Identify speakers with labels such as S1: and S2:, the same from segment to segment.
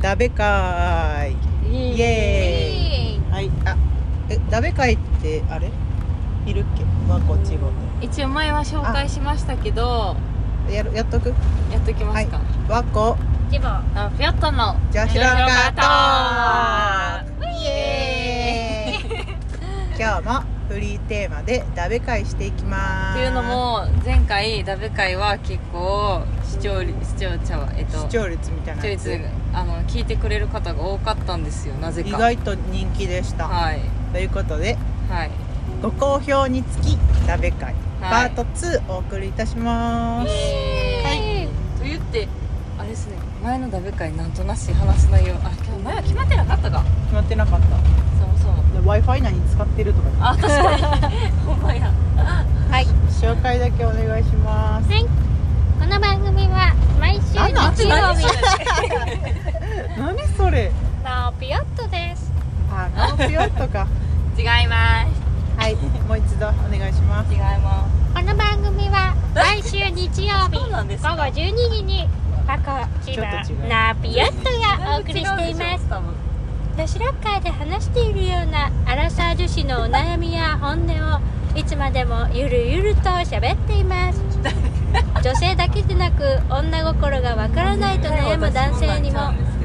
S1: ダベ会イエーイはいあえダベ会ってあれいるっけまこちご
S2: 一応前は紹介しましたけど
S1: でやるやっとく
S2: やっときますか、
S1: わこ
S3: 一番
S2: あフィアットの
S1: じゃひら
S2: 面白
S1: か
S2: かっ
S1: ったイエーイ 今日もフリーテーマでダベ会していきま
S2: た
S1: す
S2: っていうのも前回ダブ会は結構視聴率視聴者はえっと
S1: 視聴率みたい
S2: 視
S1: な
S2: 聴
S1: や
S2: 率
S1: つ
S2: あの聞いてくれる方が多かったんですよなぜか
S1: 意外と人気でした、
S2: はい
S1: ということで
S2: はい
S1: ご好評につきダベ会、
S2: はい
S1: パート2お送りいたします
S2: はいと言ってあれですね前のダブ会なんとなし話す内容あ今日前は決まってなかったか
S1: 決まってなかった
S2: そうそう
S1: w i f i 何使ってるとか
S2: あ確かに ほんまや
S1: はい紹介だけお願いします
S3: はいこの番組は毎週
S1: なんなん
S3: 日曜日
S1: 何それ
S3: のピヨットです
S1: あノーピヨットか
S2: 違います
S1: はいもう一度お願いします
S2: 違います
S3: この番組は毎週日曜日
S2: そうなんです
S3: 午後
S2: か
S3: 12時にパコ千葉
S1: ちょっと違う
S3: のピヨットがお送りしています
S2: 多分
S3: 女子ロッカーで話しているようなアラサー女子のお悩みや本音をいつまでもゆるゆると喋っています女性だけでなく女心がわからないと悩む男性にも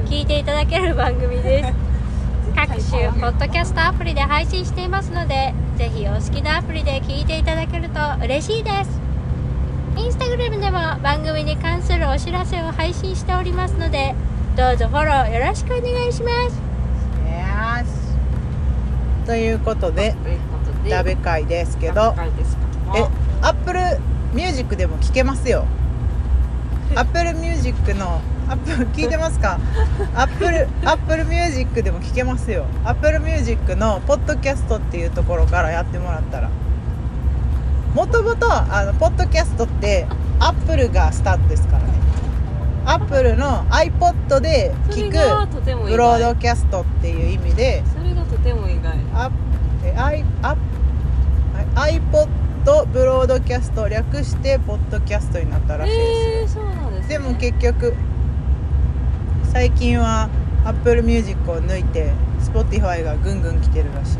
S3: 聞いていただける番組です各種ポッドキャストアプリで配信していますのでぜひお好きなアプリで聞いていただけると嬉しいですインスタグラムでも番組に関するお知らせを配信しておりますのでどうぞフォローよろしくお願いします
S1: よしということで
S2: ということで
S1: ダベ会ですけど
S2: ダブ会ですけども
S1: え Apple Music でも聴けますよ Apple Music のアップ聞いてます か Apple Apple Music でも聴けますよ Apple Music のポッドキャストっていうところからやってもらったらもともとあのポッドキャストって Apple がスタートですからね Apple の iPod で
S2: それ
S1: 聞
S2: が
S1: く
S2: とても意
S1: ブロード
S2: 外
S1: キャストっていう意味で
S2: それがとても意外
S1: アえアイアアイポッドブロードキャスト略してポッドキャストになったらしいです、
S2: えー、そうなんです、ね、
S1: でも結局最近は Apple Music を抜いて Spotify がぐんぐん来てるらしい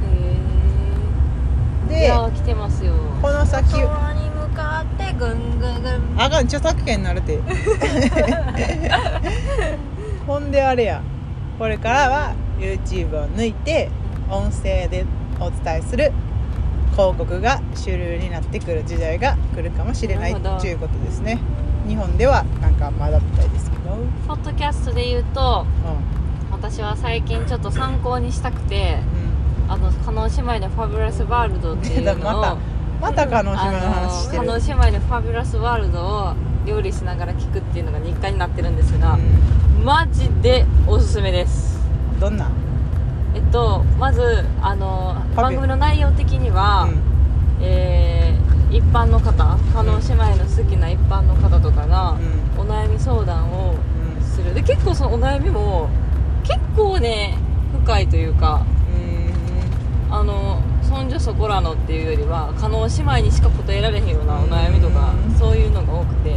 S2: えー、い
S1: で
S2: やー来てますよ
S1: この先
S2: 空に向かってぐんぐんぐん
S1: あかん著作権になる てほんであれやこれからは YouTube を抜いて音声でお伝えする広告が主流になってくる時代が来るかもしれない
S2: なるほど
S1: ということですね日本ではなんかまだみたいですけど、うん
S2: ポッドキャストで言うと私は最近ちょっと参考にしたくてあの加納姉妹の「ファビュラスワールド」っていうの
S1: また
S2: を
S1: またカノ島の
S2: あ
S1: 話してる、
S2: の叶姉妹の「ファビュラスワールド」を料理しながら聞くっていうのが日課になってるんですが、マジでおすすめです
S1: うんどんな、
S2: えっとまずあの
S1: ビュ
S2: 番組の内容的には、
S1: うん
S2: えー一般の方加納姉妹の好きな一般の方とかが
S1: うん、
S2: お悩み相談を
S1: う
S2: するで結構そのお悩みも結構ね深いというか
S1: ん
S2: あのそんじょそこらのっていうよりは加納姉妹にしか答えられへんようなお悩みとか
S1: うん
S2: そういうのが多くて
S1: う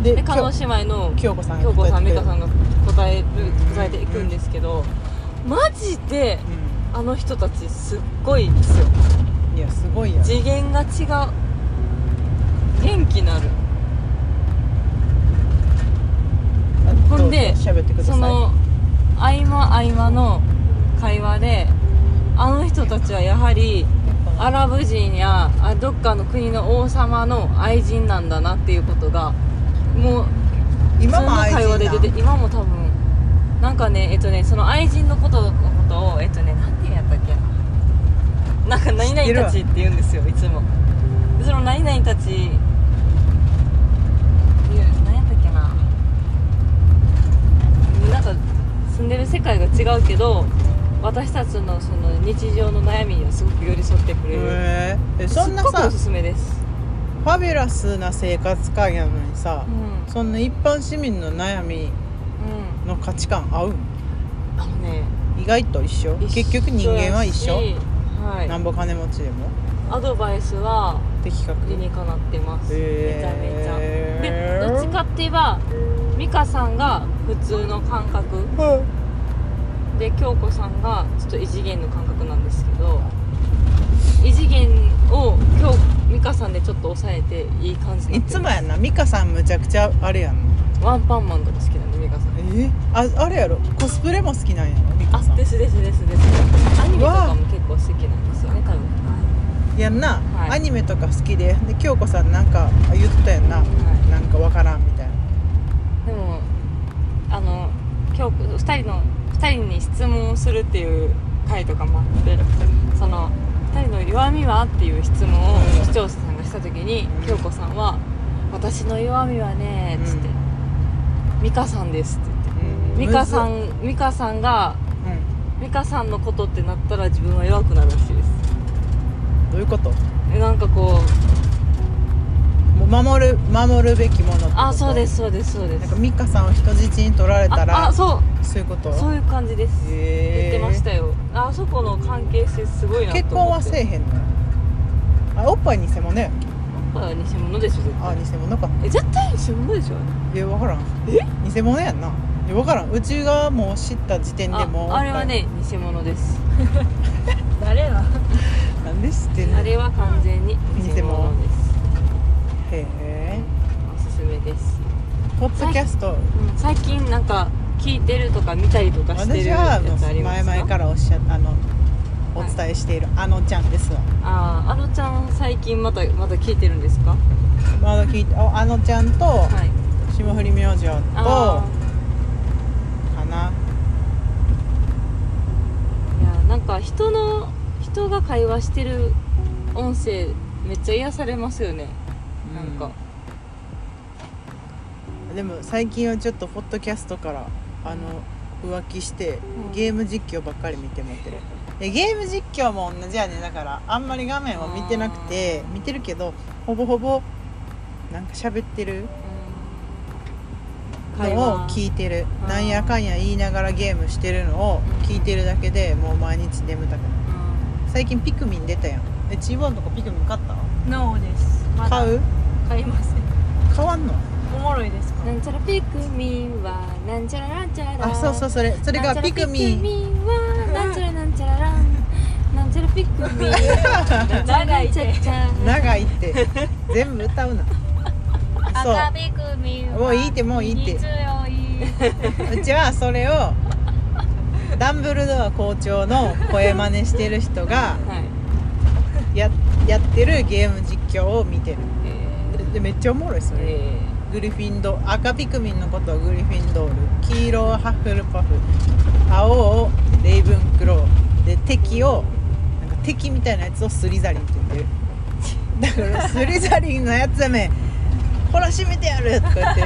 S1: ん
S2: で
S1: で
S2: 加納姉妹の
S1: 京子さん
S2: 京子さん美
S1: 答えてくれる
S2: 香さんが答える
S1: うん
S2: 答えていくんですけどマジで
S1: うん
S2: あの人たちすっごいですよ
S1: いやすごいやん
S2: 次元が違う元気なるほんで
S1: どうぞ喋ってください
S2: その合間合間の会話であの人たちはやはりアラブ人やあどっかの国の王様の愛人なんだなっていうことがもう
S1: 今も
S2: 普通の会話で出て今も多分なんかねえっとねその愛人のことのことをえっとねなんて言うんやったっけななんか何
S1: 知ってる
S2: 々
S1: わ
S2: たちって言うんですよいつもでその何々たちいや何やったっけななんか住んでる世界が違うけど私たちのその日常の悩みにはすごく寄り添ってくれる
S1: へええそんな
S2: すっごく
S1: さ
S2: おす
S1: フ
S2: すめです、
S1: ァビュラスな生活感やのにさ
S2: う、ん
S1: そんな一般市民の悩み
S2: う
S1: の価値観合うん
S2: ん、あのね
S1: 意外と一緒結局人間は一緒
S2: 緒やしはい
S1: なんぼ金持ちでも
S2: アドバイスは
S1: 的確
S2: 理にかなってます、
S1: へ
S2: めちゃめちゃで
S1: え
S2: どっちかって言えば美香さんが普通の感覚
S1: うん
S2: で京子さんがちょっと異次元の感覚なんですけど異次元を今日美香さんでちょっと抑えていい感じに
S1: い
S2: なって
S1: つもやんな美香さんむちゃくちゃあれやんな
S2: ワンパンマンとか好きなんで美香さん
S1: えああれやろコスプレも好きなんやろ美香さ
S2: あ
S1: ん
S2: ですですですですアニメとかも結構好きなんですよね多分
S1: やんな、
S2: はい
S1: アニメとか好きでで京子さんなんか言ってたやんな、
S2: い
S1: なんかわからんみたいな
S2: でもあの今日2人の二人に質問をするっていう回とかもあってその2人の弱みはっていう質問を視聴者さんがした時に
S1: うん
S2: 京子さんは「私の弱みはね」っつって
S1: うん
S2: 「美香さんです」って言って
S1: うん
S2: 美香さ
S1: む
S2: ん美香さんが
S1: ずう
S2: 美香さんのことってなったら自分は弱くなるらしいです
S1: んどういうこと
S2: えなんかこう
S1: もう守る守るべきものってこと
S2: あそうですそうですそうで
S1: なん
S2: す
S1: か美香さんを人質に取られたら
S2: ああそう
S1: そういうこと
S2: そういう感じです言っ
S1: へ
S2: て
S1: ー
S2: ましたよあそこの関係性すごいなと思って
S1: 結婚はせえ
S2: え
S1: へんのあおっぱい偽物ね
S2: 偽物でしょ絶対
S1: あ偽物か
S2: え絶対偽物でしょ
S1: え分からんえ偽物やんなえ分からんうちがもう知った時点で
S2: あ
S1: もう
S2: あれはね偽 物です
S4: 誰が
S1: なんで知ってんの
S2: あれは完全に偽
S1: 偽
S2: 物
S1: 物
S2: です
S1: へえ
S2: おすすめです
S1: ポッドキャスト
S2: 最近なんか聞いてるとか見たりとかしてる
S1: 私
S2: や
S1: は
S2: つありま
S1: 前
S2: すか
S1: 々からおっしゃあのお
S2: はい
S1: 伝えしているあのちゃんですわ
S2: あーあのちゃん最近またまた聞いてるんですか
S1: まだ聞いてああのちゃんと
S2: はい
S1: 霜降り明星と
S2: あ
S1: かな
S2: ーいやなんか人の人が会話してる音声めっちゃ癒されますよねなんか、
S1: でも最近はちょっとポッドキャストからあの浮気して
S2: うん
S1: ゲーム実況ばっかり見てもってるでゲーム実況も同じやねだからあんまり画面は見てなくて見てるけどほぼほぼなんか喋ってる
S2: うん
S1: のを聞いてる
S2: あー
S1: なんやかんや言いながらゲームしてるのを聞いてるだけでもう毎日眠たくなる最近ピクミン出たやんえチーボーンとかピクミン買った
S4: ノーですまだ
S1: 買う
S4: 買いません
S1: 買わんの
S4: おもろいですか
S2: なんちゃらピクミンはなんちゃらなんちゃら
S1: あそうそうそれそれがピクミン
S2: ンはなんちゃらなんちゃららんなんちゃらピク ミンは
S4: 長いって
S1: 長いって全部歌うなそう
S3: 赤ビクミンは
S1: もういいってもういいって
S3: 身に強いう
S1: ちはそれをダンブルドア校長の声真似してる人が
S2: はい
S1: ややってるゲーム実況を見てる
S2: え
S1: でめっちゃおもろいそ
S2: ー
S1: れ、
S2: え
S1: グリフィンド赤ピクミンのことをグリフィンドール黄色をハッフルパフ青をレイブンクローで敵をなんか敵みたいなやつをスリザリンって言ってるだからスリザリンのやつやめ懲らしめてやるとか言って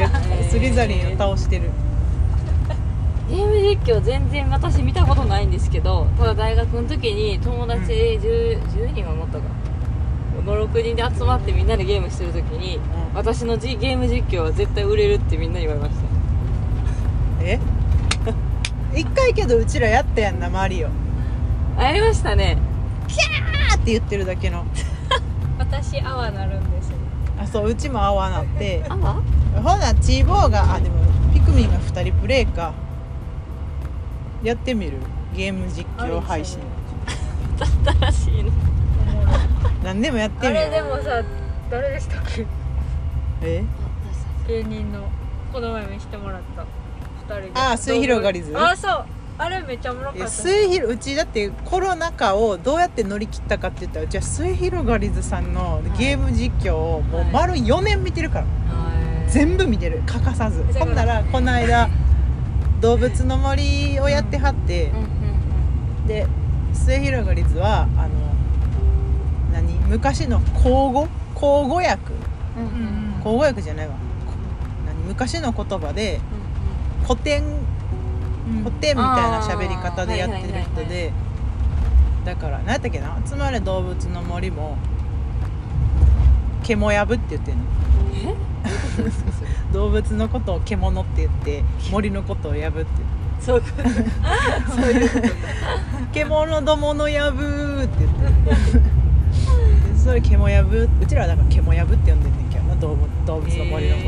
S1: スリザリンを倒してる
S2: ーゲーム実況全然私見たことないんですけどただ大学の時に友達10 10人は持ったか56人で集まってみんなでゲームしてる時に
S1: うん
S2: 私のじゲーム実況は絶対売れるってみんなに言われました
S1: え 一回けどうちらやったやんなマリオ
S2: あやりましたね
S1: あーって言ってるだけの
S4: 私泡なるんですよ
S1: あそううちも泡なって
S2: あわ
S1: ほなチーボーがあでもピクミンが2人プレイかやってみるゲーム実況配信
S2: 新しいの
S4: おもろい
S1: 何でもやって
S4: あ
S1: みる
S4: れでもさ誰でしたっけ
S1: え
S4: 芸人のこの前見してもらった二人で
S1: あーすゑひろがりず
S4: あそうあれめっちゃおもろかっ
S1: いや
S4: た
S1: 末広うちだってコロナ禍をどうやって乗り切ったかって言ったらうちは末広がりずさんのゲーム実況をもう丸4年見てるから、全部見てる欠かさず
S4: だから
S1: ほんならこの 間動物の森をやってはって、
S2: うんうん
S1: で末広がりずはあの何昔の口語口語訳
S2: うんうん
S4: うんうん
S1: 口語訳じゃないわこ何昔の言葉で古典
S4: うん
S1: 古典みたいな喋り方でやってる
S2: あーはいはい
S1: 人
S2: はい
S1: でだから何やったっけな「つまり動物の森」も「獣やぶ」って言ってんの
S2: え
S1: 動物のことを獣って言って森のことをやぶって言って
S2: そうか
S1: 獣どものやぶーって言ってでそれ獣やぶうちらはだから獣やぶって呼んでんねんけどな動物動物の森のこ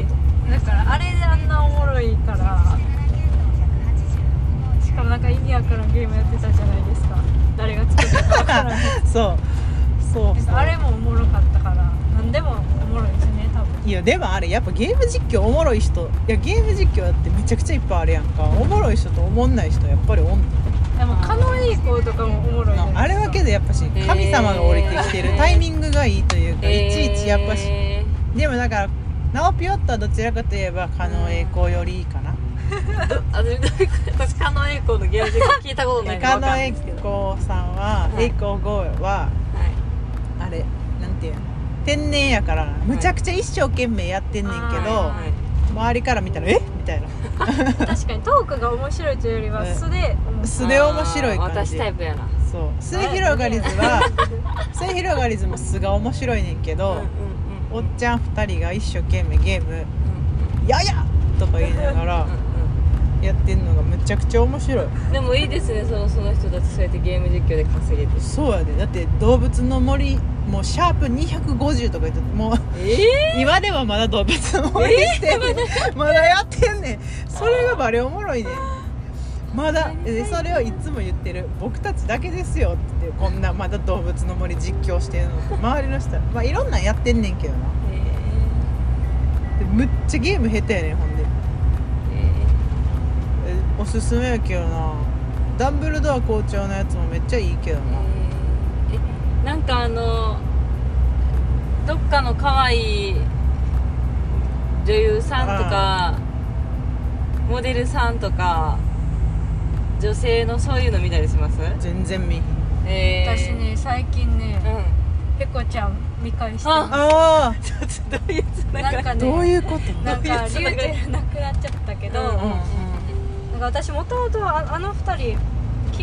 S1: と、
S4: だからあれであんなおもろいからしかもなんかインディ味わからんゲームやってたじゃないですか誰が作ったかわからん
S1: そうそうそう
S4: あれもおもろかったから何でもおもろいですね多分
S1: いやでもあれやっぱゲーム実況おもろい人いやゲーム実況だってめちゃくちゃいっぱいあるやんかおもろい人とおもんない人やっぱりおん
S4: でも狩野英孝とかもおもろいじゃ
S1: のあ
S4: ない
S1: れ
S4: ですか
S1: はけどやっぱし
S2: ー
S1: 神様が降りてきてるタイミングがいいというかいちいちやっぱし
S2: え
S1: でもだからナオピヨットはどちらかといえば狩野英孝よりいいかな
S2: ーあでも私狩野英孝のゲーム実況聞いたことないんで
S1: 狩
S2: わかん
S1: 野
S2: ない
S1: 英
S2: ですけど
S1: 孝さんは
S2: はい
S1: 英孝号は
S2: はい
S1: あれなんていうの天然やからむちゃくちゃ一生懸命やってんねんけ
S4: そう
S1: ど
S2: はい
S1: 周りから見たら「えみたいな
S4: 確かにトークが面白いというよりは
S1: うん
S4: 素で面白い
S1: 素で面白い
S2: あー
S1: 感じ
S2: 私タイプやな
S1: そう末広がりず は末広がりずも素が面白いねんけ
S2: うんう
S1: ど
S2: んうん
S1: おっちゃん2人が一生懸命ゲーム
S2: うんうん
S1: 「やや!」とか言いながら
S2: うんうん
S1: やってんのがむちゃくちゃ面白い
S2: でもいいですねそのその人たちそうやってゲーム実況で稼げて
S1: そうやでだって動物の森もうシャープ250とか言ってもう
S2: え
S1: 今ではまだ動物の森してんねんまだやってんねんそれがバレおもろいねんまだでそれをいつも言ってる僕たちだけですよってこんなまだ動物の森実況してるのって周りの人はまあいろんなんやってんねんけどな
S2: えー
S1: でむっちゃゲーム下手やねんほんで
S2: え
S1: えおすすめやけどなダンブルドア校長のやつもめっちゃいいけどな
S2: ーえなんかあのどっかの可愛い女優さんとかモデルさんとか女性のそういうの見たりします
S1: 全然見ひん
S2: えー、
S4: 私ね最近
S2: うん
S4: ねペコちゃん見返して
S2: あ
S1: あ
S2: ちょっとどういうつなが
S4: なん
S2: り
S4: か
S1: あどう
S4: ね
S1: いうこと
S4: な
S2: ど
S4: んか
S2: う
S4: リ
S2: いう
S4: ュウジェルなくなっちゃったけど、
S2: うん
S1: うん
S4: なんか私もともとああの二人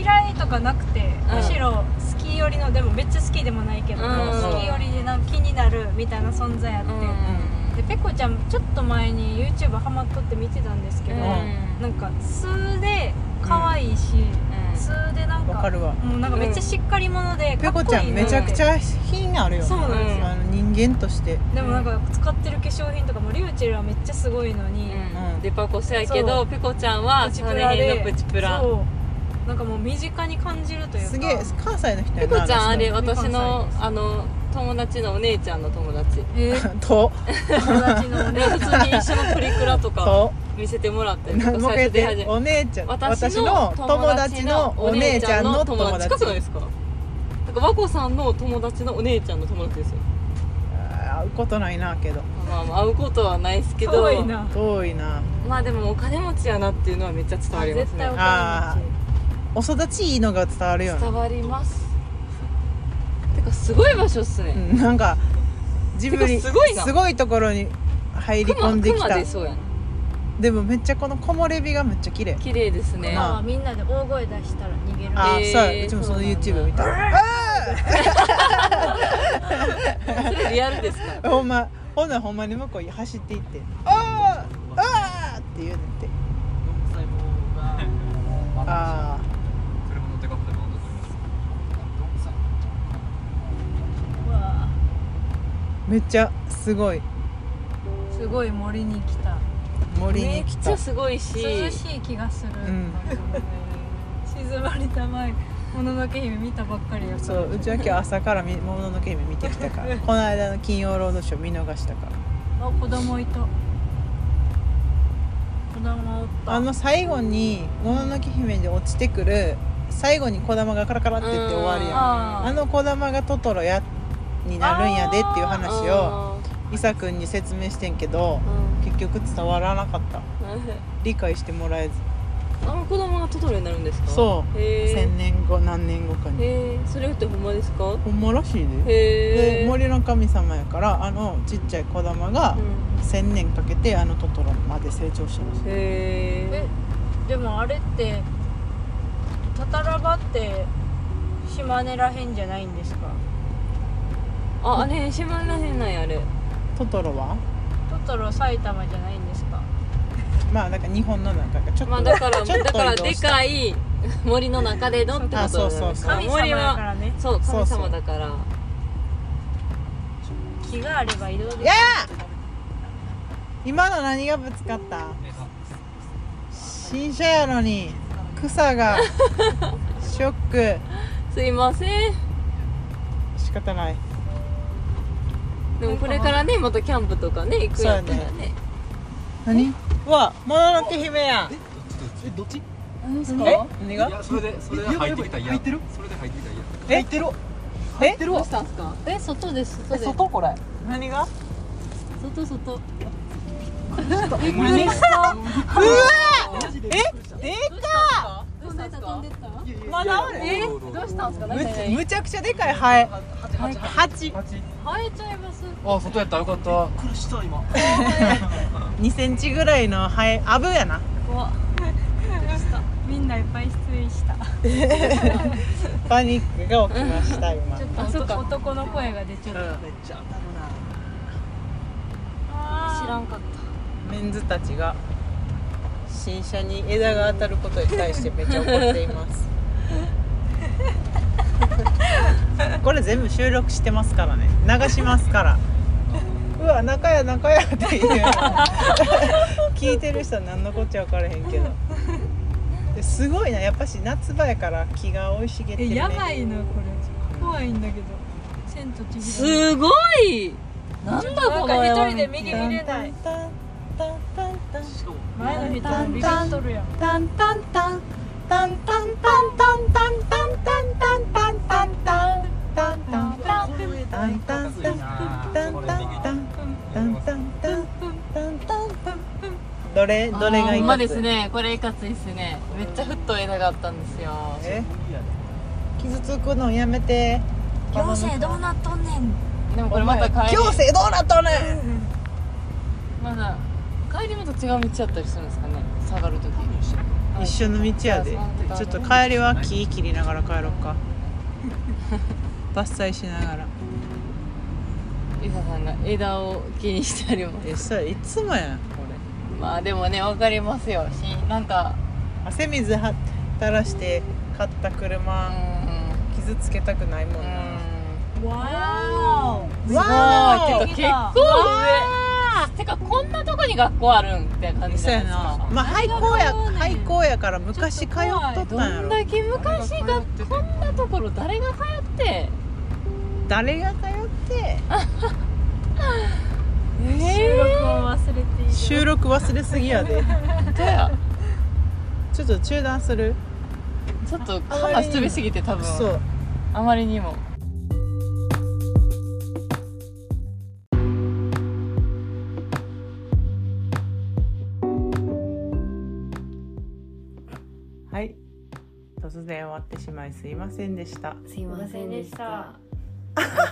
S4: 嫌いとかなくて、むしろ好き寄りのでもめっちゃ好きでもないけど、
S2: うん
S4: 好き寄りでなんか気になるみたいな存在やって、でペコちゃんちょっと前に YouTube ハマっとって見てたんですけど、
S1: うん
S4: なんか素で可愛いし、素でなん
S1: わ
S4: か
S1: かるわ
S4: もうなんかめっちゃしっかり者で
S1: ペ
S4: かっこい
S1: コ
S4: い
S1: ちゃんめちゃくちゃ品あるよ
S4: そうなん
S2: ですよ
S1: あの人間として
S4: でもなんか使ってる化粧品とかもリュウチェルはめっちゃすごいのに、
S1: うん
S2: デパコスやけ
S4: そ
S2: ど
S4: う
S2: ペコちゃんはその辺のプチプラ
S4: そうなんかもう身近に感じるというか
S1: すげえ関西の人や
S2: ペコちゃんあれ
S1: の
S4: 私
S2: 私
S4: の
S2: のあの友達のお姉ちゃんの友達
S4: えー
S1: 人 と
S4: 友達の
S2: で
S4: ね
S2: 普通に一緒のプリクラとか
S1: と
S2: 見せてもらって
S1: 何も
S2: 最
S1: 言
S2: 初
S1: っ
S2: 出始
S1: て
S2: め
S1: お姉ちゃん
S2: 私の友達のお姉ちゃんの友達近くないですかなんか和子さんの友達のお姉ちゃんの友達ですよ
S1: あー会うことないなけど
S2: まあまあ会うことはないですけど
S4: 遠いな
S1: 遠いな
S2: まあでもお金持ちやなっていうのはめっちゃ伝わります
S4: 絶対お
S2: ね
S4: 金持ち
S1: お育ちいいのが伝わるよね
S2: 伝わりますてかすごい場所っす
S1: う
S2: ね
S1: んなんかジブリ
S2: てかすごいな
S1: ところに入り込
S2: 熊
S1: んでき
S2: 熊
S1: た
S2: でそうやん
S1: でもめっちゃこの木漏れ日がめっちゃ綺麗
S2: 綺麗ですね
S1: まあ
S4: まあみんなで大声出したら逃げる
S1: ああ、
S2: えー
S1: そううちもその
S2: そうなんだ
S1: YouTube 見た
S2: それリアルです か
S1: ほんまほんならほんまに向こうに走っていって「ああああ!」って言うねんてあ
S5: 車の手が振って飲んでおります。
S4: うわ
S1: あめっちゃすごい
S4: ーすごい森に来た
S1: 森
S2: め
S1: に
S2: っ
S1: 来
S2: ち
S1: た
S2: ゃすごいし
S4: 涼しい気がする、
S1: ん
S4: 静まりたまえもののけ姫見たばっかりやか
S1: そ
S4: ら
S1: ううちは今日朝からみ「もののけ姫」見てきたから この間の「金曜ロードショー」見逃したから
S4: あ子供いた子供おった
S1: あの最後に「もののけ姫」で落ちてくる最後に小玉がカラカラって言って終わるやん
S4: あー
S1: あの小玉がトトロやになるんやでっていう話を伊佐君に説明してんけど結局伝わらなかった理解してもらえず
S2: あの子供がトトロになるんですか
S1: そう
S2: へ
S1: 1000年後何年後か
S2: え
S1: に
S2: へえそれってほんまですか
S1: ほんまらしいで
S2: へ
S1: で
S2: え
S1: 森の神様やからあのちっちゃい子玉が1000年かけてあのトトロまで成長してまし
S2: へえ
S4: えでもあれってタタラバって島根らへんじゃないんですか
S2: ああれ島根らへんなんやあれ
S1: たトトロは
S4: トトロ埼玉じゃないんですか
S1: まあなんか日本の中がちょっと、
S2: まあだか
S1: ちょ
S2: ら
S1: っと移動
S2: だからで
S1: した
S2: かい森の中でのってこと
S1: あそうそうそう
S2: なんです
S4: 神
S2: か
S4: 様
S2: 森
S4: やか
S2: は
S4: らね
S2: そう
S1: そう
S2: 神
S1: そう
S2: 様だから
S4: 気があれば移動できる
S1: や今の何がぶつかった新車やのに草 がショック
S2: すいません
S1: 仕方ない
S2: でもこれからねまたキャンプとかね行くんやったら
S1: そう
S2: ね
S1: 何うわもののけ姫や
S5: えどっち
S2: 何です
S1: え何
S5: い
S1: が
S5: やそれでそれで入ってきた嫌入ってるそれで入ってきた嫌
S1: え入ってるえ
S2: どうしたんすかえ外です外です
S1: これ何が
S2: 外外
S1: 何うわえで
S2: どうしたんすか
S1: かまだある
S2: えどうしたんすか何
S1: むむちゃくちゃでかいハエハチ
S2: 生えちゃいます
S5: あ外やったよかった
S1: 2センチぐらいのハエアブやな
S4: みんないっぱい出演した
S1: パニックが起きました今
S2: あそっか
S4: 男の声が出ちゃった
S2: 知らんかっ
S1: メンズたちが新車に枝が当たることに対してめっちゃ怒っています これ全部収録してますからね流しますからうわ中や中やっていう 聞いてる人は何のこっちゃ分からへんけどですごいなやっぱし夏場やから木が生い茂ってる
S4: え
S1: ね
S4: やばいなこれ怖いんだけど千と
S2: た
S4: 千尋の
S2: すごいなんだ
S4: な
S2: こ
S4: んか
S2: の
S4: 一
S2: 山
S4: 人で右見れない
S1: タンタンタンタン
S4: 前の人もビビっとるやん
S1: タンタンタンタンタンタンタンタンタンタンタンタンタンタンタンタンタンタンタンタンタンタンタンタンタンタンタンタンタンどれどれがいい
S2: ほん
S1: か
S2: まですねこれいかついっすねめっちゃフット枝があったんですよ
S1: え傷つくのやめて
S4: 行政どうなっとんねん
S2: でもこれまた帰り
S1: 行政どうなったね
S2: まだ帰りまた違う道やったりするんですかね下がるとき
S1: ん一緒の道やでちょっと帰りは木切りながら帰ろう か伐採しながら
S2: 伊佐さんが枝を気にしてあり ます
S1: えそれいつもやんこれ
S2: まあでもね分かりますよしなんか
S1: 汗水はたらして買った
S2: う
S1: 車、
S2: ん
S1: 傷つけたくないもんな、
S4: わ
S2: すごい
S1: わー
S2: てか結構上てかこんなとこに学校あるんって感じじ
S1: そうや
S2: ゃないで
S1: な
S2: すか
S1: まあ廃校や
S4: なるほどね
S1: 廃校やから昔通っと
S2: ど
S1: ったんや
S2: ん
S1: ろ
S2: だけ昔がこんなところ誰が通って
S1: 誰が通って
S2: え
S4: ーもう忘れている
S1: 収録忘れすぎやで
S2: ー、どや
S1: ちょっと中断する
S2: ちょっとカし飛びすぎて多分
S1: そう
S2: あまりにも
S1: はい突然終わってしまいすいませんでした
S6: すいませんでした。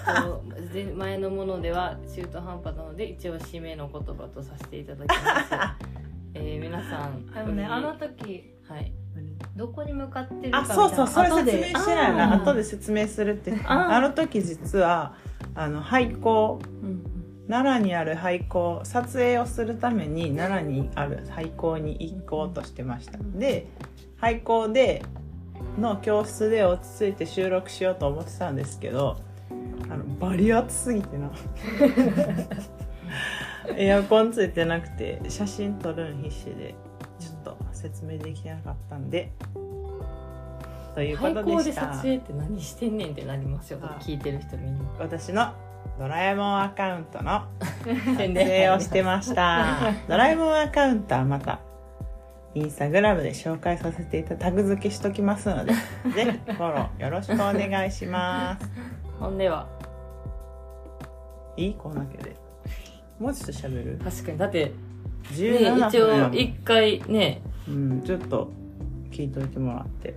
S2: えっと前前のものでは中途半端なので一応締めの言葉とさせていただきます。 えー、皆さん、
S6: でもね、あの時、
S2: はい、
S6: どこに向かってるか
S1: あ
S6: みたいな。
S1: そうそうそれ
S6: 後
S1: 説明
S6: で
S1: してないな
S2: あー
S1: 後で説明するって
S2: あー
S1: あの時実はあの廃校
S6: うん
S1: 奈良にある廃校撮影をするために奈良にある廃校に行こうとしてましたで廃校での教室で落ち着いて収録しようと思ってたんですけどあのバリ暑すぎて なエアコンついてなくて写真撮るん必死でちょっと説明できなかったんでというこ
S2: 廃
S1: と
S2: 校
S1: で
S2: で
S1: し
S2: 撮
S1: た
S2: 影って何してんねんってなりますよ。
S1: あー
S2: 聞いてる人みんな。
S1: 私のドラえもんアカウントの
S2: 宣
S1: 撮影をしてま した。ドラえもんアカウントはまた、インスタグラムで紹介させていたタグ付けしときますので、ぜひフォローよろしくお願いします。
S2: ほんでは
S1: いいこんだけで。もうちょっと喋る
S2: 確かにだって、ね、
S1: ?17
S2: 一
S1: 分や
S2: 応
S1: もん
S2: 一回ね、
S1: うん、ちょっと聞いといてもらって。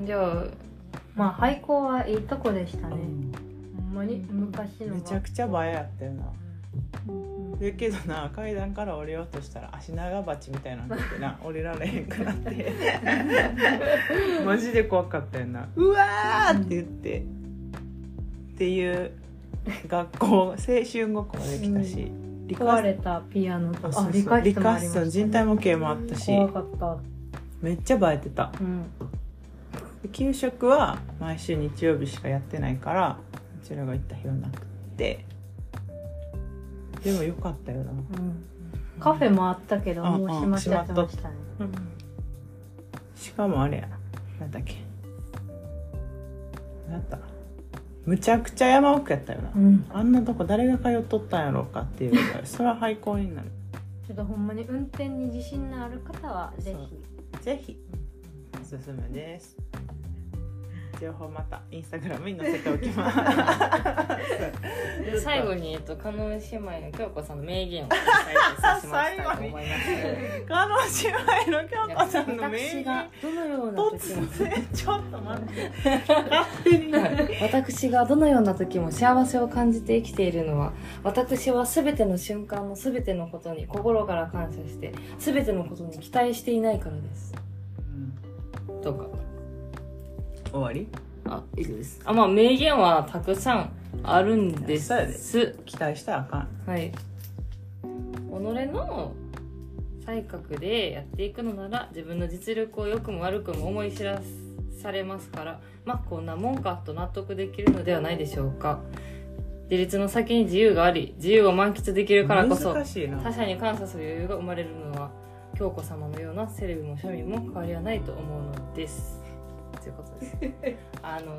S6: うん。じゃあ、まあ、廃校はいいとこでしたね。ほんまに昔のが。
S1: めちゃくちゃ映えやったよな。だけどな階段から降りようとしたら足長鉢みたいなんだって な降りられへんくなってマジで怖かったよな「うわ!」って言って、っていう学校青春ごっこもできたし、理
S6: 壊れたピアノと
S1: あ
S6: か
S1: そう、
S6: 理
S1: そう
S6: 科
S1: 理
S6: 室もあ
S1: 科
S6: りまし
S1: 室
S6: た、ね。
S1: の人体模型もあったし
S6: 怖かった。
S1: めっちゃ映えてた
S6: うん。
S1: で給食は毎週日曜日しかやってないからうちらが行った日はなくてでもよかったよな
S6: うん。カフェもあったけど、
S1: あ
S6: もう閉まっちゃってましたね。しかもあれやなんだっけなんだむちゃくちゃ山奥やったよな、
S3: うん
S6: あんなとこ誰が通っとったんやろうかっていうぐらいそれは廃校になる
S3: ちょっとほんまに運転に自信のある方はぜひ
S6: ぜひおすすめです情報またインスタグラムに載せておきます
S2: で最後に、えっと、カノン姉妹の京子さんの名言をさせてもらいたいと思います。
S6: カノ姉妹の京子さんの名
S2: 私
S6: 言
S2: がどのような時も
S6: 突然ちょっと待って勝手に
S2: はい私がどのような時も幸せを感じて生きているのは私は全ての瞬間の全てのことに心から感謝して全てのことに期待していないからですとか
S6: 終わり
S2: あ以上ですあまあ名言はたくさんあるんです
S6: そうやで期待したらあかん
S2: はい己の才覚でやっていくのなら自分の実力を良くも悪くも思い知らされますからまあこんなもんかと納得できるのではないでしょうか自立の先に自由があり自由を満喫できるからこそ
S6: 難しいな
S2: 他者に感謝する余裕が生まれるのは京子様のようなセレブも庶民も変わりはないと思うのですということです あの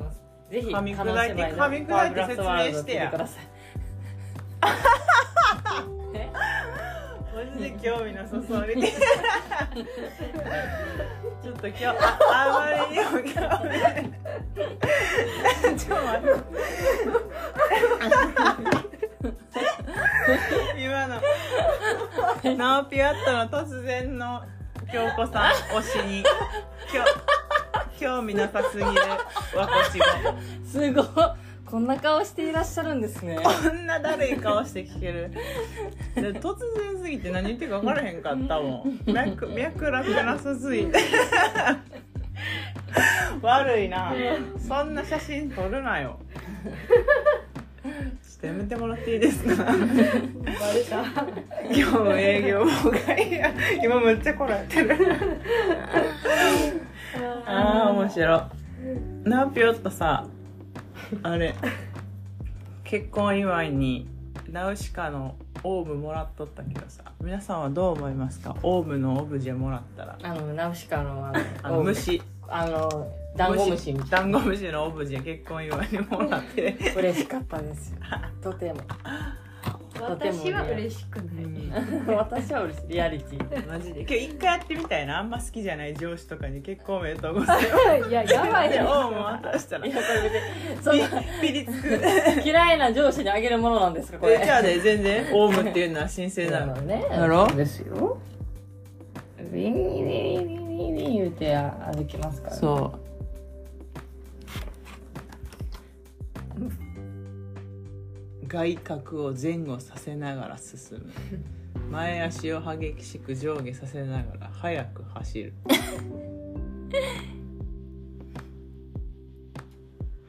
S2: ぜひ
S6: 噛み砕いて
S2: 叶姉妹の
S6: 噛み砕いて説明
S2: ワールドを聞い
S6: して
S2: て
S6: や
S2: くださいえ
S6: マジで興味なさそうに ちょっと今日ああまりにも興味ないちょっと待って今 のナオピアットの突然の京子さん推しに今日興味なさすぎるわこちが
S2: すごいこんな顔していらっしゃるんですね
S6: こんなだるい顔して聞けるで突然すぎて何言ってるか分からへんかったもん脈脈絡なさすぎて 悪いなそんな写真撮るなよちょっとやめてもらっていいですかバレた今日も営業妨害や今めっちゃこらえてるああ面白いなぴょっとさあれ結婚祝いにナウシカのオーブもらっとったけどさ皆さんはどう思いますかオーブのオブジェもらったら
S2: あのナウシカのあ
S6: あ
S2: の
S6: の虫
S2: あのダンゴムシみた
S6: ダ
S2: い
S6: ン
S2: な
S6: ゴムシのオブジェ結婚祝いにもらって
S2: 嬉しかったですよとてもとても
S3: 私は嬉しくない、
S2: 私は嬉しいリアリティマジで
S6: 今日一回やってみたいなあんま好きじゃない上司とかに結婚おめでとうございます
S3: いややばい
S6: でオ
S3: よ
S6: ーブも渡したら
S2: い
S6: ピ
S2: やこれ別にそんな
S6: ピリつく
S2: 嫌いな上司にあげるものなんですかこれ
S6: えじゃあね全然オーブ っていうのは神聖なの
S2: ね
S6: だろ
S2: そうですよビンビンビンビンビンビン言うて歩きますから
S6: そう外角を前後させながら進む前足を激しく上下させながら速く走る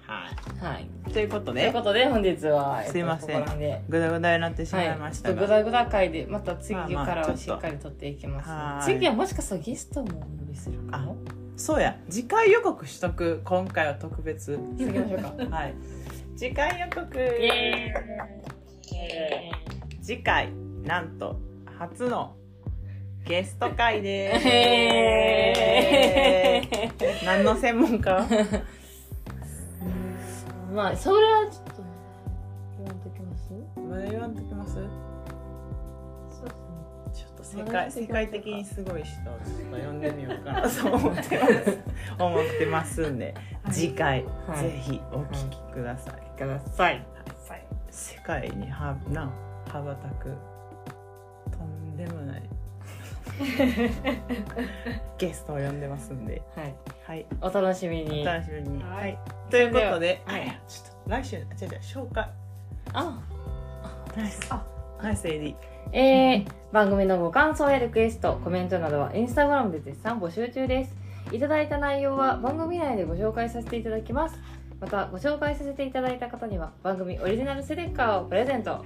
S6: はい
S2: はい
S6: ということ
S2: という
S6: で
S2: ことで本日は
S6: すいません
S2: えっとここら辺で
S6: ぐだぐだになってしまいま
S2: は
S6: し
S2: ちょっ
S6: た
S2: とグ
S6: が、
S2: ダグダ回でまた次か
S6: まあまあ
S2: ら
S6: ちょ
S2: は
S6: っと
S2: しっかりとっていきます、
S6: はーい
S2: 次はもしかしたらゲストもお呼びするかも
S6: そうや次回予告しとく今回は特別
S2: 次行きましょうか
S6: はい次回予告
S2: イエ
S6: 次回なんと初のゲスト会で
S2: ーイ イエ
S6: す何の専門家
S2: ーイまあそれはちょっと言わんときます
S6: まだ言わんときます
S2: そうですね
S6: ちょっと世界世界的にすごい人をちょっと呼んでみようかなと思ってます思ってますんで、次回、
S2: はい
S6: ぜひお聞きください、
S2: ください
S6: 世界にはな羽ばたくとんでもないゲストを呼んでますんで
S2: はい
S6: はい
S2: お楽しみ
S6: お
S2: に
S6: 楽しみに、
S2: はい
S6: ということで、
S2: それでははい
S6: ちょっと来週あ違う違う紹介
S2: あ
S6: ナイスナイスエディ
S2: え ー番組のご感想やリクエストコメントなどはインスタグラムで絶賛募集中ですいただいた内容は番組内でご紹介させていただきますまたご紹介させていただいた方には番組オリジナルステッカーをプレゼント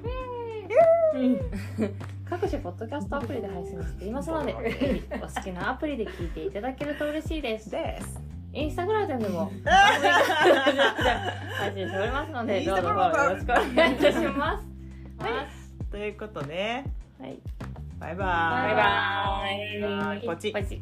S2: 各種ポッドキャストアプリで配信していますのでぜひお好きなアプリで聞いていただけると嬉しいです
S6: です
S2: インスタグラムでも配信しておりますのでどうぞフォローよろしくお願いいたします
S6: ということで
S2: はい、
S6: バイバ
S2: バイ
S6: イ
S2: バーイ
S6: こっち
S2: こっち